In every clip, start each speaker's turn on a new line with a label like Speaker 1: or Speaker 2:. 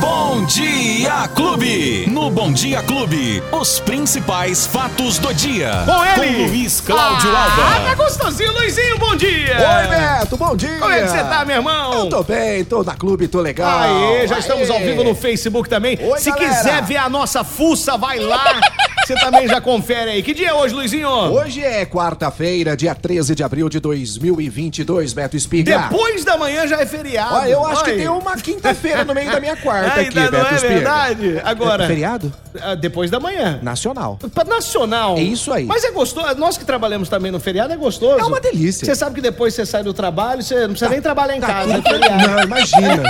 Speaker 1: Bom Dia Clube. No Bom Dia Clube, os principais fatos do dia.
Speaker 2: Com ele.
Speaker 1: Com Luiz Cláudio
Speaker 2: Ah,
Speaker 1: Alba.
Speaker 2: tá gostosinho, Luizinho, bom dia!
Speaker 3: Oi, Beto, bom dia!
Speaker 2: Como é que você tá, meu irmão?
Speaker 3: Eu tô bem, tô na clube, tô legal.
Speaker 2: Aê, já estamos ao
Speaker 3: Aê.
Speaker 2: vivo no Facebook também.
Speaker 3: Oi,
Speaker 2: Se
Speaker 3: galera.
Speaker 2: quiser ver a nossa fuça, vai lá. Você também já confere aí. Que dia é hoje, Luizinho?
Speaker 3: Hoje é quarta-feira, dia 13 de abril de 2022, Beto Espiga.
Speaker 2: Depois da manhã já é feriado.
Speaker 3: Ó, é eu acho que
Speaker 2: Olha
Speaker 3: tem
Speaker 2: aí.
Speaker 3: uma quinta-feira no meio da minha quarta aqui,
Speaker 2: Ainda não
Speaker 3: Beto
Speaker 2: é
Speaker 3: Espiga.
Speaker 2: verdade? Agora,
Speaker 3: É feriado
Speaker 2: ah, depois da manhã.
Speaker 3: nacional.
Speaker 2: Pra nacional.
Speaker 3: É isso aí.
Speaker 2: Mas é gostoso. Nós que trabalhamos também no feriado é gostoso.
Speaker 3: É uma delícia. Tá.
Speaker 2: Você sabe que depois você sai do trabalho, você não precisa nem trabalhar em casa. é feriado.
Speaker 3: Não, imagina.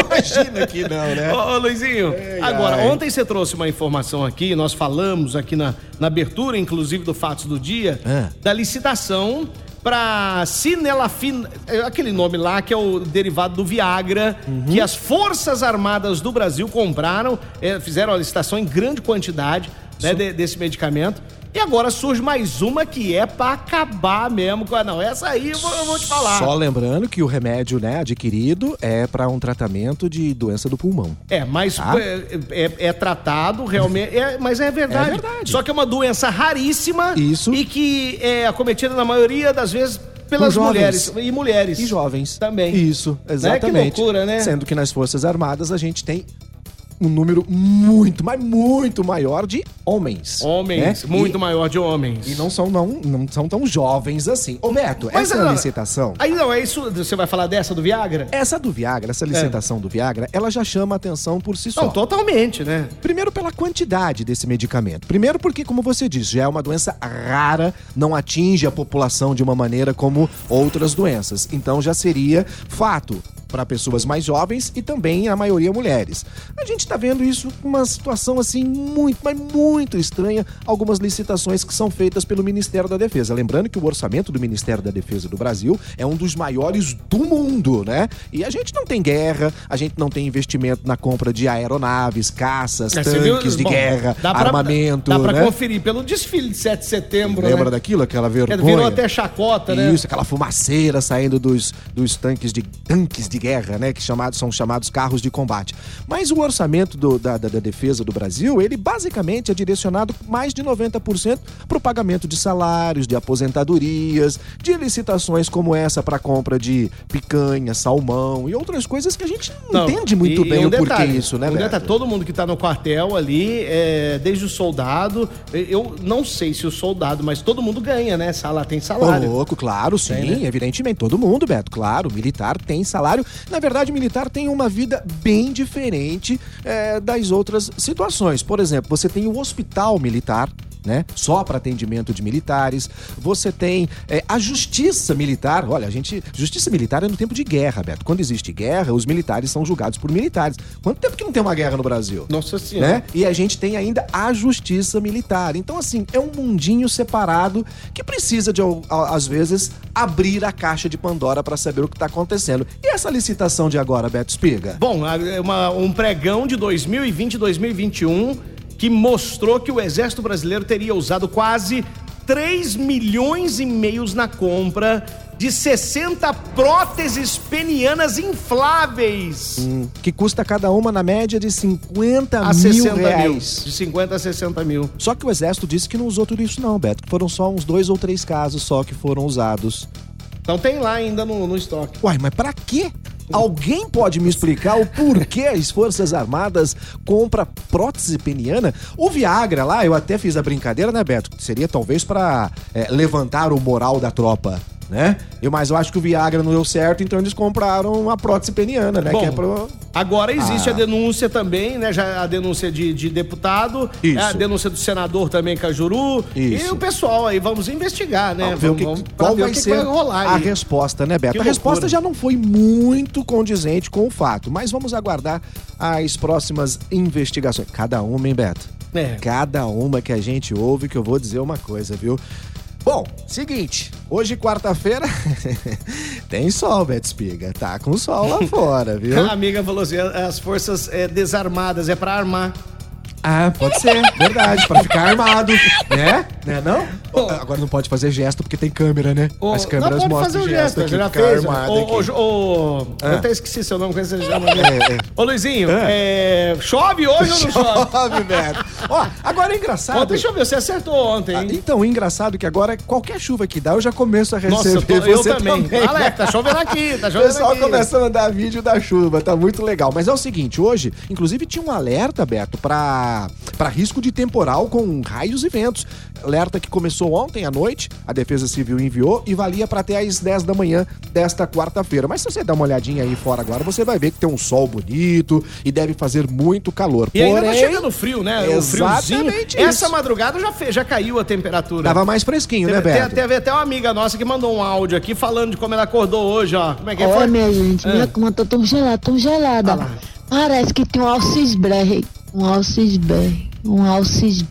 Speaker 3: imagina que não, né?
Speaker 2: Ô, ô Luizinho, agora,
Speaker 3: ai.
Speaker 2: ontem você trouxe uma informação aqui, nós falamos aqui na, na abertura, inclusive, do Fatos do Dia,
Speaker 3: Ah.
Speaker 2: da licitação pra Cinelafin... é Aquele nome lá que é o derivado do Viagra, que as Forças Armadas do Brasil compraram, é, fizeram a licitação em grande quantidade né, de- desse medicamento. E agora surge mais uma que é pra acabar mesmo com a... Não, essa aí eu vou, eu vou te falar.
Speaker 3: Só lembrando que o remédio, né, adquirido é pra um tratamento de doença do pulmão.
Speaker 2: É, mas
Speaker 3: Tá?
Speaker 2: é, é- é tratado realmente. é, mas é verdade.
Speaker 3: É verdade.
Speaker 2: Só que é uma doença raríssima
Speaker 3: Isso.
Speaker 2: e que é acometida na maioria das vezes pelas
Speaker 3: jovens.
Speaker 2: mulheres e mulheres
Speaker 3: e jovens.
Speaker 2: também.
Speaker 3: Isso, exatamente.
Speaker 2: Né? Que loucura, né?
Speaker 3: Sendo que nas Forças Armadas a gente tem um número muito, mas muito maior de homens.
Speaker 2: Homens,
Speaker 3: né?
Speaker 2: muito
Speaker 3: e,
Speaker 2: maior de homens.
Speaker 3: E não são, não, não são tão jovens assim. Ô, Beto, essa
Speaker 2: ah,
Speaker 3: licitação. É
Speaker 2: Aí não, é isso. Você vai falar dessa do Viagra?
Speaker 3: Essa do Viagra, essa licitação do Viagra, ela já chama atenção por si só.
Speaker 2: Não, totalmente, né?
Speaker 3: Primeiro pela quantidade desse medicamento. Primeiro porque, como você disse, já é uma doença rara, não atinge a população de uma maneira como outras doenças. Então já seria fato para pessoas mais jovens e também a maioria mulheres. A gente tá vendo isso uma situação assim muito, mas muito estranha, algumas licitações que são feitas pelo Ministério da Defesa. Lembrando que o orçamento do Ministério da Defesa do Brasil é um dos maiores do mundo, né? E a gente não tem guerra, a gente não tem investimento na compra de aeronaves, caças,
Speaker 2: Mas É, você viu-
Speaker 3: tanques de
Speaker 2: bom,
Speaker 3: guerra,
Speaker 2: dá pra-
Speaker 3: armamento,
Speaker 2: Dá pra
Speaker 3: né?
Speaker 2: conferir pelo desfile de 7 de setembro,
Speaker 3: Lembra
Speaker 2: né?
Speaker 3: daquilo? Aquela
Speaker 2: Que
Speaker 3: vergonha.
Speaker 2: Virou até chacota, né?
Speaker 3: Isso, aquela fumaceira saindo dos, dos tanques de tanques de guerra, né? Que chamados, são chamados carros de combate. Mas o orçamento do- da, da- da defesa do Brasil, ele basicamente é direcionado mais de 90% para o pagamento de salários, de aposentadorias, de licitações como essa para compra de picanha, salmão e outras coisas que a gente não, entende muito
Speaker 2: e-
Speaker 3: bem
Speaker 2: e um
Speaker 3: o porquê
Speaker 2: detalhe,
Speaker 3: isso, né,
Speaker 2: um
Speaker 3: Beto?
Speaker 2: detalhe, todo mundo que tá no quartel ali, é, desde o soldado, e- eu não sei se o soldado, mas todo mundo ganha, né? Sala tem
Speaker 3: Ô,
Speaker 2: salário.
Speaker 3: louco, claro, sim,
Speaker 2: Tem, né?
Speaker 3: evidentemente. Todo mundo, Beto, claro. Militar tem salário. Na verdade, militar tem uma vida bem diferente é, das outras situações. Por exemplo, você tem o hospital militar. Né? Só para atendimento de militares. Você tem é, a justiça militar. Olha, a gente. Justiça militar é no tempo de guerra, Beto. Quando existe guerra, os militares são julgados por militares. Quanto tempo que não tem uma guerra no Brasil?
Speaker 2: Nossa senhora.
Speaker 3: né? E a gente tem ainda a justiça militar. Então, assim, é um mundinho separado que precisa de, al- a- às vezes, abrir a caixa de Pandora para saber o que tá acontecendo. E essa licitação de agora, Beto Espiga?
Speaker 2: Bom, a- é uma- um pregão de 2020 e 2021 que mostrou que o Exército Brasileiro teria usado quase 3 milhões e meios na compra de 60 próteses penianas infláveis.
Speaker 3: Que custa cada uma, na média, de 50
Speaker 2: A
Speaker 3: Hum, mil
Speaker 2: 60 mil.
Speaker 3: reais.
Speaker 2: De 50 a 60 mil.
Speaker 3: Só que o Exército disse que não usou tudo isso não, Beto. Que foram só uns dois ou três casos só que foram usados.
Speaker 2: Então tem lá ainda no, no estoque.
Speaker 3: Uai, mas pra quê? Alguém pode me explicar o porquê as Forças Armadas compra prótese peniana? O Viagra lá, eu até fiz a brincadeira, né, Beto? Que Seria talvez pra é, levantar o moral da tropa, né? Eu, mas eu acho que o Viagra não deu certo, então eles compraram a prótese peniana, né? que é pro...
Speaker 2: Agora existe
Speaker 3: Ah.
Speaker 2: a denúncia também, né? Já a denúncia de, de deputado, é
Speaker 3: Isso.
Speaker 2: a denúncia do senador também, Cajuru.
Speaker 3: Isso.
Speaker 2: E o pessoal aí, vamos investigar, né?
Speaker 3: Vamos ver o que,
Speaker 2: pra
Speaker 3: qual
Speaker 2: ver o
Speaker 3: vai
Speaker 2: que que
Speaker 3: ser
Speaker 2: rolar
Speaker 3: a
Speaker 2: aí.
Speaker 3: resposta, né, Beto?
Speaker 2: Que
Speaker 3: a resposta
Speaker 2: loucura.
Speaker 3: já não foi muito condizente com o fato, mas vamos aguardar as próximas investigações. Cada uma, hein, Beto?
Speaker 2: É.
Speaker 3: Cada uma que a gente ouve, que eu vou dizer uma coisa, viu? Bom, seguinte, hoje quarta-feira tem sol, Beto Espiga. Tá com sol lá fora, viu?
Speaker 2: A amiga falou assim: as forças é, desarmadas é pra armar.
Speaker 3: Ah, pode ser, verdade, pra ficar armado, né? Né, não?
Speaker 2: Ô.
Speaker 3: Agora não pode fazer gesto porque tem câmera, né?
Speaker 2: Ô,
Speaker 3: As câmeras
Speaker 2: não, pode fazer
Speaker 3: mostram
Speaker 2: um
Speaker 3: o gesto aqui,
Speaker 2: já
Speaker 3: ficar
Speaker 2: fez.
Speaker 3: armado
Speaker 2: Ô, ô,
Speaker 3: aqui.
Speaker 2: Ju- ô, Eu
Speaker 3: Ah.
Speaker 2: até esqueci seu nome, quando você já mandou.
Speaker 3: É, é.
Speaker 2: Ô, Luizinho, é, chove hoje ou não chove?
Speaker 3: Chove, Beto. Ó, agora é engraçado.
Speaker 2: Ó, deixa eu ver, você acertou ontem,
Speaker 3: Ah,
Speaker 2: hein?
Speaker 3: Então, o engraçado é que agora qualquer chuva que dá, eu já começo a
Speaker 2: Nossa,
Speaker 3: receber
Speaker 2: eu, tô- eu
Speaker 3: você
Speaker 2: também.
Speaker 3: também.
Speaker 2: Alex, tá chovendo aqui, tá
Speaker 3: O
Speaker 2: chovendo
Speaker 3: pessoal
Speaker 2: aqui.
Speaker 3: começa a mandar vídeo da chuva, tá muito legal. Mas é o seguinte, hoje, inclusive, tinha um alerta, Beto, pra, pra risco de temporal com raios e ventos. Alerta que começou ontem à noite, a Defesa Civil enviou e valia pra até às 10 da manhã desta quarta-feira. Mas se você dar uma olhadinha aí fora agora, você vai ver que tem um sol bonito e deve fazer muito calor.
Speaker 2: E ainda tá chegando frio, né? O friozinho.
Speaker 3: Exatamente
Speaker 2: Essa
Speaker 3: isso.
Speaker 2: madrugada já, fe- já caiu a temperatura.
Speaker 3: Tava mais fresquinho, né,
Speaker 2: Teve-
Speaker 3: Beto?
Speaker 2: te- Teve até uma amiga nossa que mandou um áudio aqui falando de como ela acordou hoje, ó. Como é Ah. que
Speaker 4: Olha,
Speaker 2: foi?
Speaker 4: minha gente, minha cama tá tão gelada, tão gelada. Parece que tem um alcisberre. Um alcisberre. Um alcis...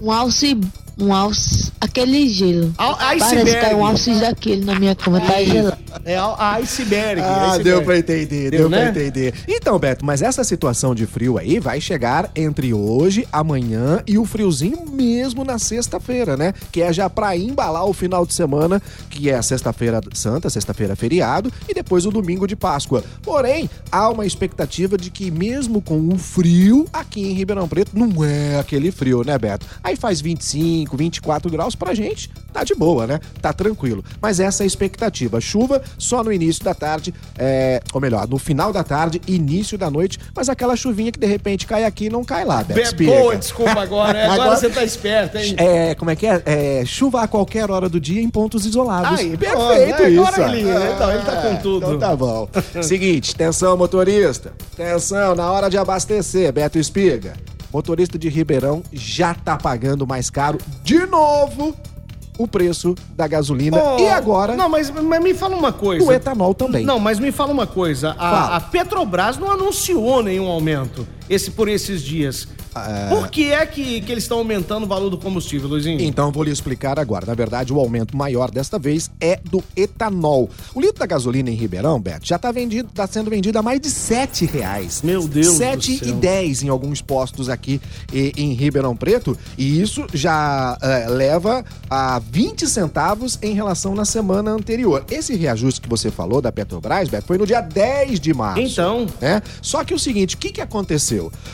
Speaker 4: Um alci... Um alci... Aquele gelo.
Speaker 2: Al-
Speaker 4: Parece que
Speaker 2: iceberg.
Speaker 4: caiu um alcis daquele na minha cama, tá gelado.
Speaker 2: É al- iceberg.
Speaker 3: Ah,
Speaker 2: iceberg.
Speaker 3: deu pra entender, deu,
Speaker 2: Deu,
Speaker 3: pra
Speaker 2: né?
Speaker 3: entender. Então, Beto, mas essa situação de frio aí vai chegar entre hoje, amanhã e o friozinho mesmo na sexta-feira, né? Que é já pra embalar o final de semana, que é a sexta-feira santa, sexta-feira feriado e depois o domingo de Páscoa. Porém, há uma expectativa de que mesmo com o frio, aqui em Ribeirão Preto não é aquele frio, né, Beto? Aí faz 25, 24 graus pra gente, tá de boa, né? Tá tranquilo. Mas essa é a expectativa. Chuva só no início da tarde, é, ou melhor, no final da tarde, início da noite, mas aquela chuvinha que de repente cai aqui e não cai lá, Beto.
Speaker 2: Be-
Speaker 3: Espiga.
Speaker 2: Boa, desculpa agora. é, Agora,
Speaker 3: Agora-
Speaker 2: você tá esperto, hein?
Speaker 3: É, como é que é? É, Chuva a qualquer hora do dia em pontos isolados.
Speaker 2: Tá Aí,
Speaker 3: perfeito
Speaker 2: pronto, é,
Speaker 3: né, isso.
Speaker 2: agora ele-
Speaker 3: ó.
Speaker 2: então, ele tá com tudo.
Speaker 3: Então tá bom. Seguinte, atenção motorista. Atenção, na hora de abastecer, Beto Espiga. Motorista de Ribeirão já tá pagando mais caro de novo o preço da gasolina
Speaker 2: Ô,
Speaker 3: e agora
Speaker 2: Não, é mas, mas me fala uma coisa.
Speaker 3: o etanol também.
Speaker 2: Não, mas me fala uma coisa. A,
Speaker 3: Fala.
Speaker 2: a Petrobras não anunciou nenhum aumento esse por esses dias.
Speaker 3: Ah,
Speaker 2: Por que é que, que eles estão aumentando o valor do combustível, Luizinho?
Speaker 3: Então vou lhe explicar agora. Na verdade, o aumento maior desta vez é do etanol. O litro da gasolina em Ribeirão, Beto, já está vendido, tá sendo vendido a mais de sete reais.
Speaker 2: Meu Deus do
Speaker 3: Sete
Speaker 2: céu.
Speaker 3: e 10 em alguns postos aqui e- em Ribeirão Preto, e isso já eh, leva a 20 centavos em relação na semana anterior. Esse reajuste que você falou da Petrobras, Beto, foi no dia 10 de março.
Speaker 2: Então.
Speaker 3: né? Só que o seguinte, o que, que aconteceu?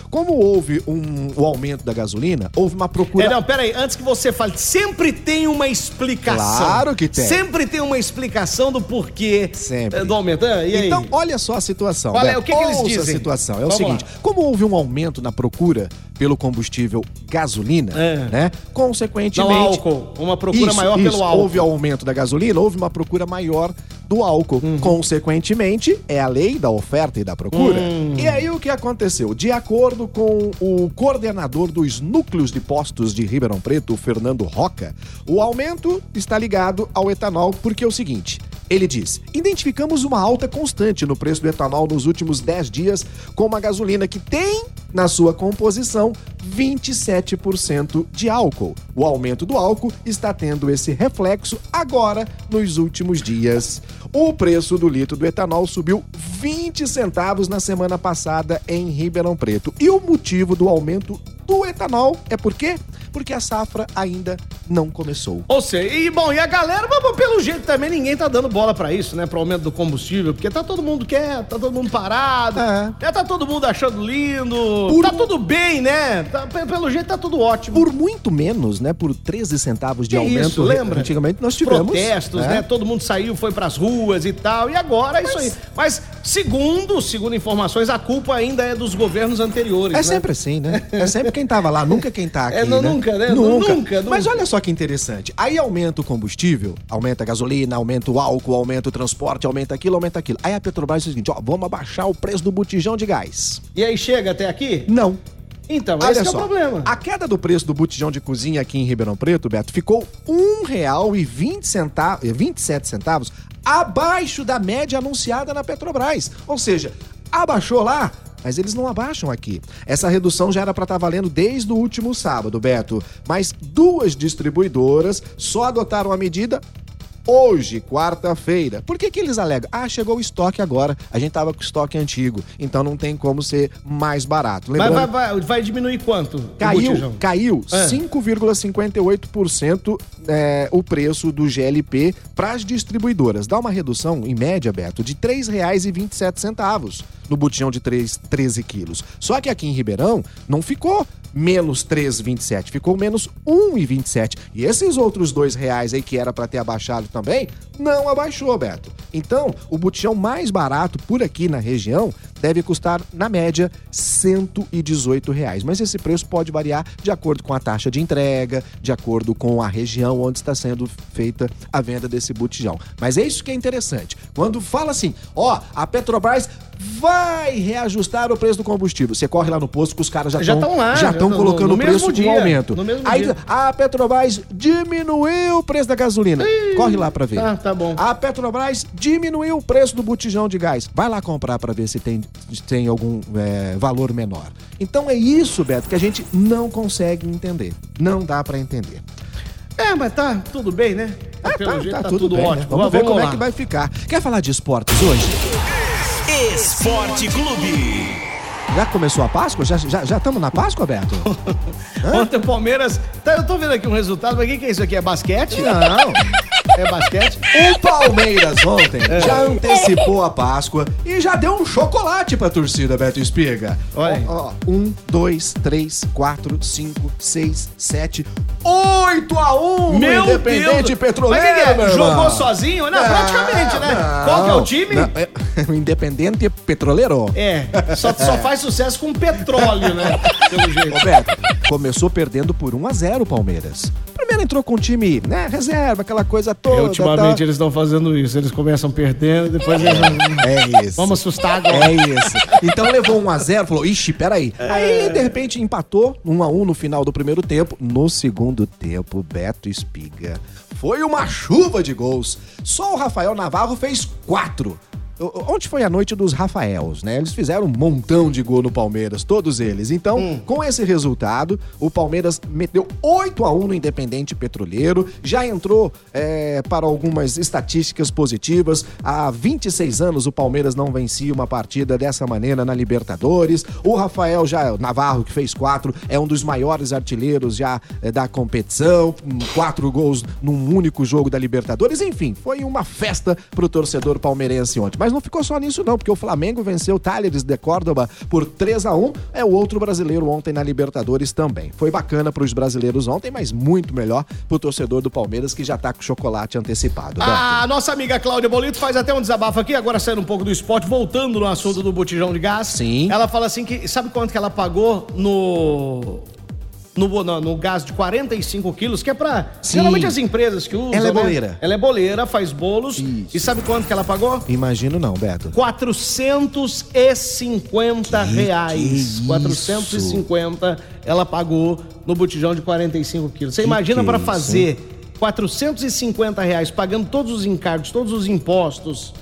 Speaker 3: Como houve um, o aumento da gasolina, houve uma procura
Speaker 2: É, não, peraí, antes que você fale, sempre tem uma explicação.
Speaker 3: Claro que tem.
Speaker 2: Sempre tem uma explicação do porquê
Speaker 3: Sempre.
Speaker 2: eh, do aumento. Ah, E aí?
Speaker 3: Então, olha só a situação.
Speaker 2: Qual é?
Speaker 3: Beto.
Speaker 2: O que que eles
Speaker 3: Ouça
Speaker 2: dizem?
Speaker 3: a situação. É
Speaker 2: Vamos
Speaker 3: o seguinte, como houve um aumento na procura pelo combustível gasolina,
Speaker 2: É.
Speaker 3: né? Consequentemente...
Speaker 2: não, álcool. Uma procura
Speaker 3: Isso,
Speaker 2: maior
Speaker 3: isso.
Speaker 2: pelo álcool.
Speaker 3: Houve aumento da gasolina, houve uma procura maior do álcool.
Speaker 2: Uhum.
Speaker 3: Consequentemente, é a lei da oferta e da procura.
Speaker 2: Hum.
Speaker 3: E aí o que aconteceu? De acordo com o coordenador dos núcleos de postos de Ribeirão Preto, o Fernando Roca, o aumento está ligado ao etanol porque é o seguinte. Ele diz: identificamos uma alta constante no preço do etanol nos últimos 10 dias, com uma gasolina que tem na sua composição 27% de álcool. O aumento do álcool está tendo esse reflexo agora nos últimos dias. O preço do litro do etanol subiu 20 centavos na semana passada em Ribeirão Preto. E o motivo do aumento do etanol é por quê? Porque a safra ainda não começou.
Speaker 2: Ou seja, e bom, e a galera, mas, mas, pelo jeito também ninguém tá dando bola pra isso, né? Pro aumento do combustível, porque tá todo mundo quieto, tá todo mundo parado,
Speaker 3: É.
Speaker 2: né, tá todo mundo achando lindo,
Speaker 3: Por
Speaker 2: tá
Speaker 3: um-
Speaker 2: tudo bem, né? Tá- pe- pelo jeito tá tudo ótimo.
Speaker 3: Por um muito menos, né? Por 13 centavos de
Speaker 2: Que
Speaker 3: aumento.
Speaker 2: isso, lembra?
Speaker 3: Antigamente nós tivemos.
Speaker 2: protestos, né? Todo mundo saiu, foi pras ruas e tal, e agora é isso aí. Mas segundo, segundo informações, a culpa ainda é dos governos anteriores,
Speaker 3: É
Speaker 2: né?
Speaker 3: sempre assim, né? É sempre quem tava lá, nunca quem tá aqui.
Speaker 2: É, não,
Speaker 3: né?
Speaker 2: nunca, né?
Speaker 3: Nunca.
Speaker 2: Nunca,
Speaker 3: Mas
Speaker 2: nunca.
Speaker 3: olha só que interessante. Aí aumenta o combustível, aumenta a gasolina, aumenta o álcool, aumenta o transporte, aumenta aquilo, aumenta aquilo. Aí a Petrobras diz o seguinte: ó, vamos abaixar o preço do botijão de gás.
Speaker 2: E aí chega até aqui?
Speaker 3: Não.
Speaker 2: Então,
Speaker 3: Olha
Speaker 2: esse que é
Speaker 3: só, Ah,
Speaker 2: o problema.
Speaker 3: a queda do preço do botijão de cozinha aqui em Ribeirão Preto, Beto, ficou um R$ 1,20 eh, e 27 centavos abaixo da média anunciada na Petrobras. Ou seja, abaixou lá, mas eles não abaixam aqui. Essa redução já era para estar valendo desde o último sábado, Beto. Mas duas distribuidoras só adotaram a medida hoje, quarta-feira. Por que, que eles alegam? Ah, chegou o estoque agora, a gente tava com estoque antigo, então não tem como ser mais barato.
Speaker 2: Mas
Speaker 3: Lembrando,
Speaker 2: vai, vai- vai diminuir quanto?
Speaker 3: Caiu,
Speaker 2: Botijão?
Speaker 3: caiu
Speaker 2: É.
Speaker 3: 5,58% é, o preço do GLP para as distribuidoras. Dá uma redução, em média, Beto, de R$ 3,27 no botijão de 3, 13 quilos. Só que aqui em Ribeirão não ficou menos 3,27, ficou menos 1,27. E esses outros dois reais aí que era para ter abaixado também, não abaixou, Beto. Então, o botijão mais barato por aqui na região deve custar, na média, R$ 118 reais. Mas esse preço pode variar de acordo com a taxa de entrega, de acordo com a região onde está sendo feita a venda desse botijão. Mas é isso que é interessante. Quando fala assim, ó, a Petrobras vai reajustar o preço do combustível. Você corre lá no posto que os caras já
Speaker 2: Já
Speaker 3: estão
Speaker 2: tão lá,
Speaker 3: já
Speaker 2: já
Speaker 3: estão
Speaker 2: no-
Speaker 3: colocando
Speaker 2: no
Speaker 3: o preço
Speaker 2: mesmo
Speaker 3: com
Speaker 2: dia,
Speaker 3: aumento.
Speaker 2: no mesmo
Speaker 3: Aí
Speaker 2: dia.
Speaker 3: a Petrobras diminuiu o preço da gasolina. Corre lá pra ver.
Speaker 2: tá, tá bom.
Speaker 3: A Petrobras diminuiu o preço do botijão de gás. Vai lá comprar pra ver se tem, se tem algum é, valor menor. Então é isso, Beto, que a gente não consegue entender. Não dá pra entender.
Speaker 2: É, mas tá tudo bem, né?
Speaker 3: Ah,
Speaker 2: Pelo jeito tá, tudo,
Speaker 3: bem, né?
Speaker 2: ótimo.
Speaker 3: Vamos, ver como
Speaker 2: lá.
Speaker 3: é que vai ficar. Quer falar de esportes hoje?
Speaker 1: Esporte Clube.
Speaker 3: Já começou a Páscoa? Já estamos já, já tamo na Páscoa, Beto?
Speaker 2: Ontem o Palmeiras. Tá, eu tô vendo aqui um resultado, mas o que, que é isso aqui? É basquete?
Speaker 3: Não.
Speaker 2: É basquete?
Speaker 3: O Palmeiras ontem
Speaker 2: É.
Speaker 3: já antecipou a Páscoa e já deu um chocolate pra torcida, Beto Espiga.
Speaker 2: Olha aí.
Speaker 3: Ó, ó, um, dois, três, quatro, cinco, seis, sete, oito a um
Speaker 2: Meu
Speaker 3: Independente
Speaker 2: Deus!
Speaker 3: Petroleiro,
Speaker 2: Mas quem que é?
Speaker 3: meu
Speaker 2: Jogou
Speaker 3: irmão. É,
Speaker 2: sozinho? Não, praticamente, né?
Speaker 3: não.
Speaker 2: Qual que é o time?
Speaker 3: Não, é- o Independente Petroleiro.
Speaker 2: É, só, só faz sucesso com petróleo, né? Pelo jeito.
Speaker 3: Roberto, começou perdendo por 1 a 0 o Palmeiras. Primeiro entrou com o time, né, reserva, aquela coisa toda. tá?
Speaker 2: eles estão fazendo isso. Eles começam perdendo, depois eles.
Speaker 3: É isso.
Speaker 2: assustar
Speaker 3: É isso. Então levou 1 a 0 falou, ixi, peraí. Aí, de repente, empatou 1 a 1 no final do primeiro tempo. No segundo tempo, Beto Espiga. Foi uma chuva de gols. Só o Rafael Navarro fez quatro. O- Ontem foi a noite dos Rafaels, né? Eles fizeram um montão de gol no Palmeiras, todos eles. Então, com esse resultado, o Palmeiras meteu 8 a 1 no Independente Petroleiro, já entrou é, para algumas estatísticas positivas. Há 26 anos o Palmeiras não vencia uma partida dessa maneira na Libertadores. O Rafael já Navarro, que fez quatro, é um dos maiores artilheiros já é, da competição. Hum, Quatro gols num único jogo da Libertadores. Enfim, foi uma festa pro torcedor palmeirense ontem. Mas não ficou só nisso, não, porque o Flamengo venceu o Talheres de Córdoba por 3 a 1 É o outro brasileiro ontem na Libertadores também. Foi bacana pros brasileiros ontem, mas muito melhor pro torcedor do Palmeiras que já tá com chocolate antecipado. Beto.
Speaker 2: A nossa amiga Cláudia Bolito faz até um desabafo aqui, agora saindo um pouco do esporte, voltando no assunto do botijão de gás.
Speaker 3: Sim.
Speaker 2: Ela fala assim que sabe quanto que ela pagou no no, bo- no, no gás de 45 quilos, que é pra...
Speaker 3: Sim.
Speaker 2: Geralmente as empresas que usam,
Speaker 3: Ela é
Speaker 2: né?
Speaker 3: boleira.
Speaker 2: Ela é boleira, faz bolos.
Speaker 3: Isso.
Speaker 2: E sabe quanto que ela pagou?
Speaker 3: Imagino não, Beto.
Speaker 2: 450
Speaker 3: Que é
Speaker 2: reais.
Speaker 3: que
Speaker 2: 450 ela pagou no botijão de 45 quilos. Você
Speaker 3: Que
Speaker 2: imagina
Speaker 3: que é
Speaker 2: pra
Speaker 3: isso,
Speaker 2: fazer 450 reais pagando todos os encargos, todos os impostos.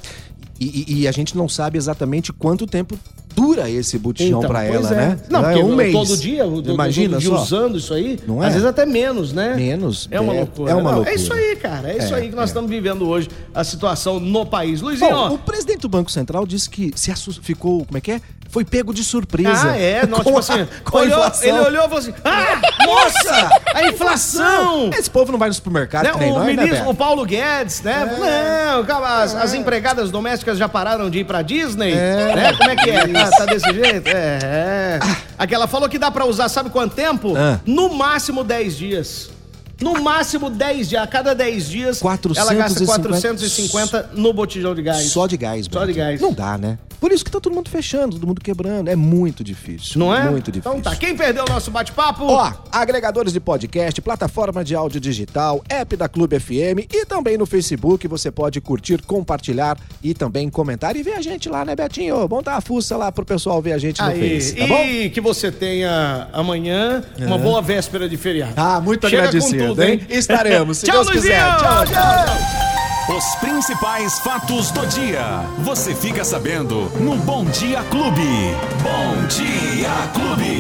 Speaker 3: E, e- e a gente não sabe exatamente quanto tempo dura esse botijão pra
Speaker 2: Então, pois
Speaker 3: ela, né?
Speaker 2: Não,
Speaker 3: é
Speaker 2: porque
Speaker 3: um mês.
Speaker 2: todo dia, o- todo,
Speaker 3: Imagina
Speaker 2: todo dia
Speaker 3: só.
Speaker 2: usando isso aí,
Speaker 3: Não é?
Speaker 2: às vezes até menos, né?
Speaker 3: Menos,
Speaker 2: É uma
Speaker 3: é-
Speaker 2: loucura.
Speaker 3: é uma
Speaker 2: Não,
Speaker 3: loucura.
Speaker 2: isso aí, cara. É isso
Speaker 3: É,
Speaker 2: aí que nós
Speaker 3: é.
Speaker 2: estamos vivendo hoje, a situação no país. Luizinho, ó,
Speaker 3: Bom, o presidente do Banco Central disse que se assu- ficou, como é que é? Foi pego de surpresa.
Speaker 2: Ah, é? Não,
Speaker 3: com
Speaker 2: tipo
Speaker 3: a-
Speaker 2: assim,
Speaker 3: com a
Speaker 2: olhou-
Speaker 3: inflação.
Speaker 2: ele olhou e falou assim: Ah,
Speaker 3: Nossa!
Speaker 2: a inflação!
Speaker 3: Esse povo não vai no supermercado,
Speaker 2: Né,
Speaker 3: que nem
Speaker 2: o
Speaker 3: nós, né,
Speaker 2: ministro,
Speaker 3: Beto? É.
Speaker 2: o Paulo Guedes, né? Não, calma, as, as empregadas domésticas já pararam de ir pra Disney, né? Como é que é? Tá, tá desse jeito? É. é. Aquela falou que dá pra usar, sabe quanto tempo?
Speaker 3: Ah.
Speaker 2: No máximo 10 dias. No máximo 10 dias, a cada 10 dias, ela gasta 450 no botijão de gás.
Speaker 3: Só de gás,
Speaker 2: Só de gás.
Speaker 3: Não dá, né? Por isso que tá todo mundo fechando, todo mundo quebrando. É muito difícil.
Speaker 2: Não é?
Speaker 3: Muito difícil.
Speaker 2: Então tá, quem perdeu o nosso bate-papo?
Speaker 3: Ó, agregadores de podcast, plataforma de áudio digital, app da Clube FM e também no Facebook você pode curtir, compartilhar e também comentar e ver a gente lá, né, Betinho? Bom dar a fuça lá pro pessoal ver a gente no
Speaker 2: Aí,
Speaker 3: Face, tá bom? É.
Speaker 2: E que você tenha amanhã uma boa véspera de feriado.
Speaker 3: Ah, muito
Speaker 2: Chega com
Speaker 3: agradecido,
Speaker 2: tudo,
Speaker 3: hein? Estaremos, se
Speaker 2: tchau,
Speaker 3: Deus quiser.
Speaker 2: Luizinho!
Speaker 3: Tchau, tchau.
Speaker 1: Os principais fatos do dia. Você fica sabendo no Bom Dia Clube. Bom Dia Clube.